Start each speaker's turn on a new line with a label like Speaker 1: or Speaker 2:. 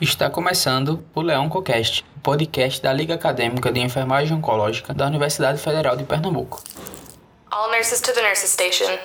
Speaker 1: Está começando o Leão Cocast, o podcast da Liga Acadêmica de Enfermagem Oncológica da Universidade Federal de Pernambuco.
Speaker 2: All nurses to the nurses station.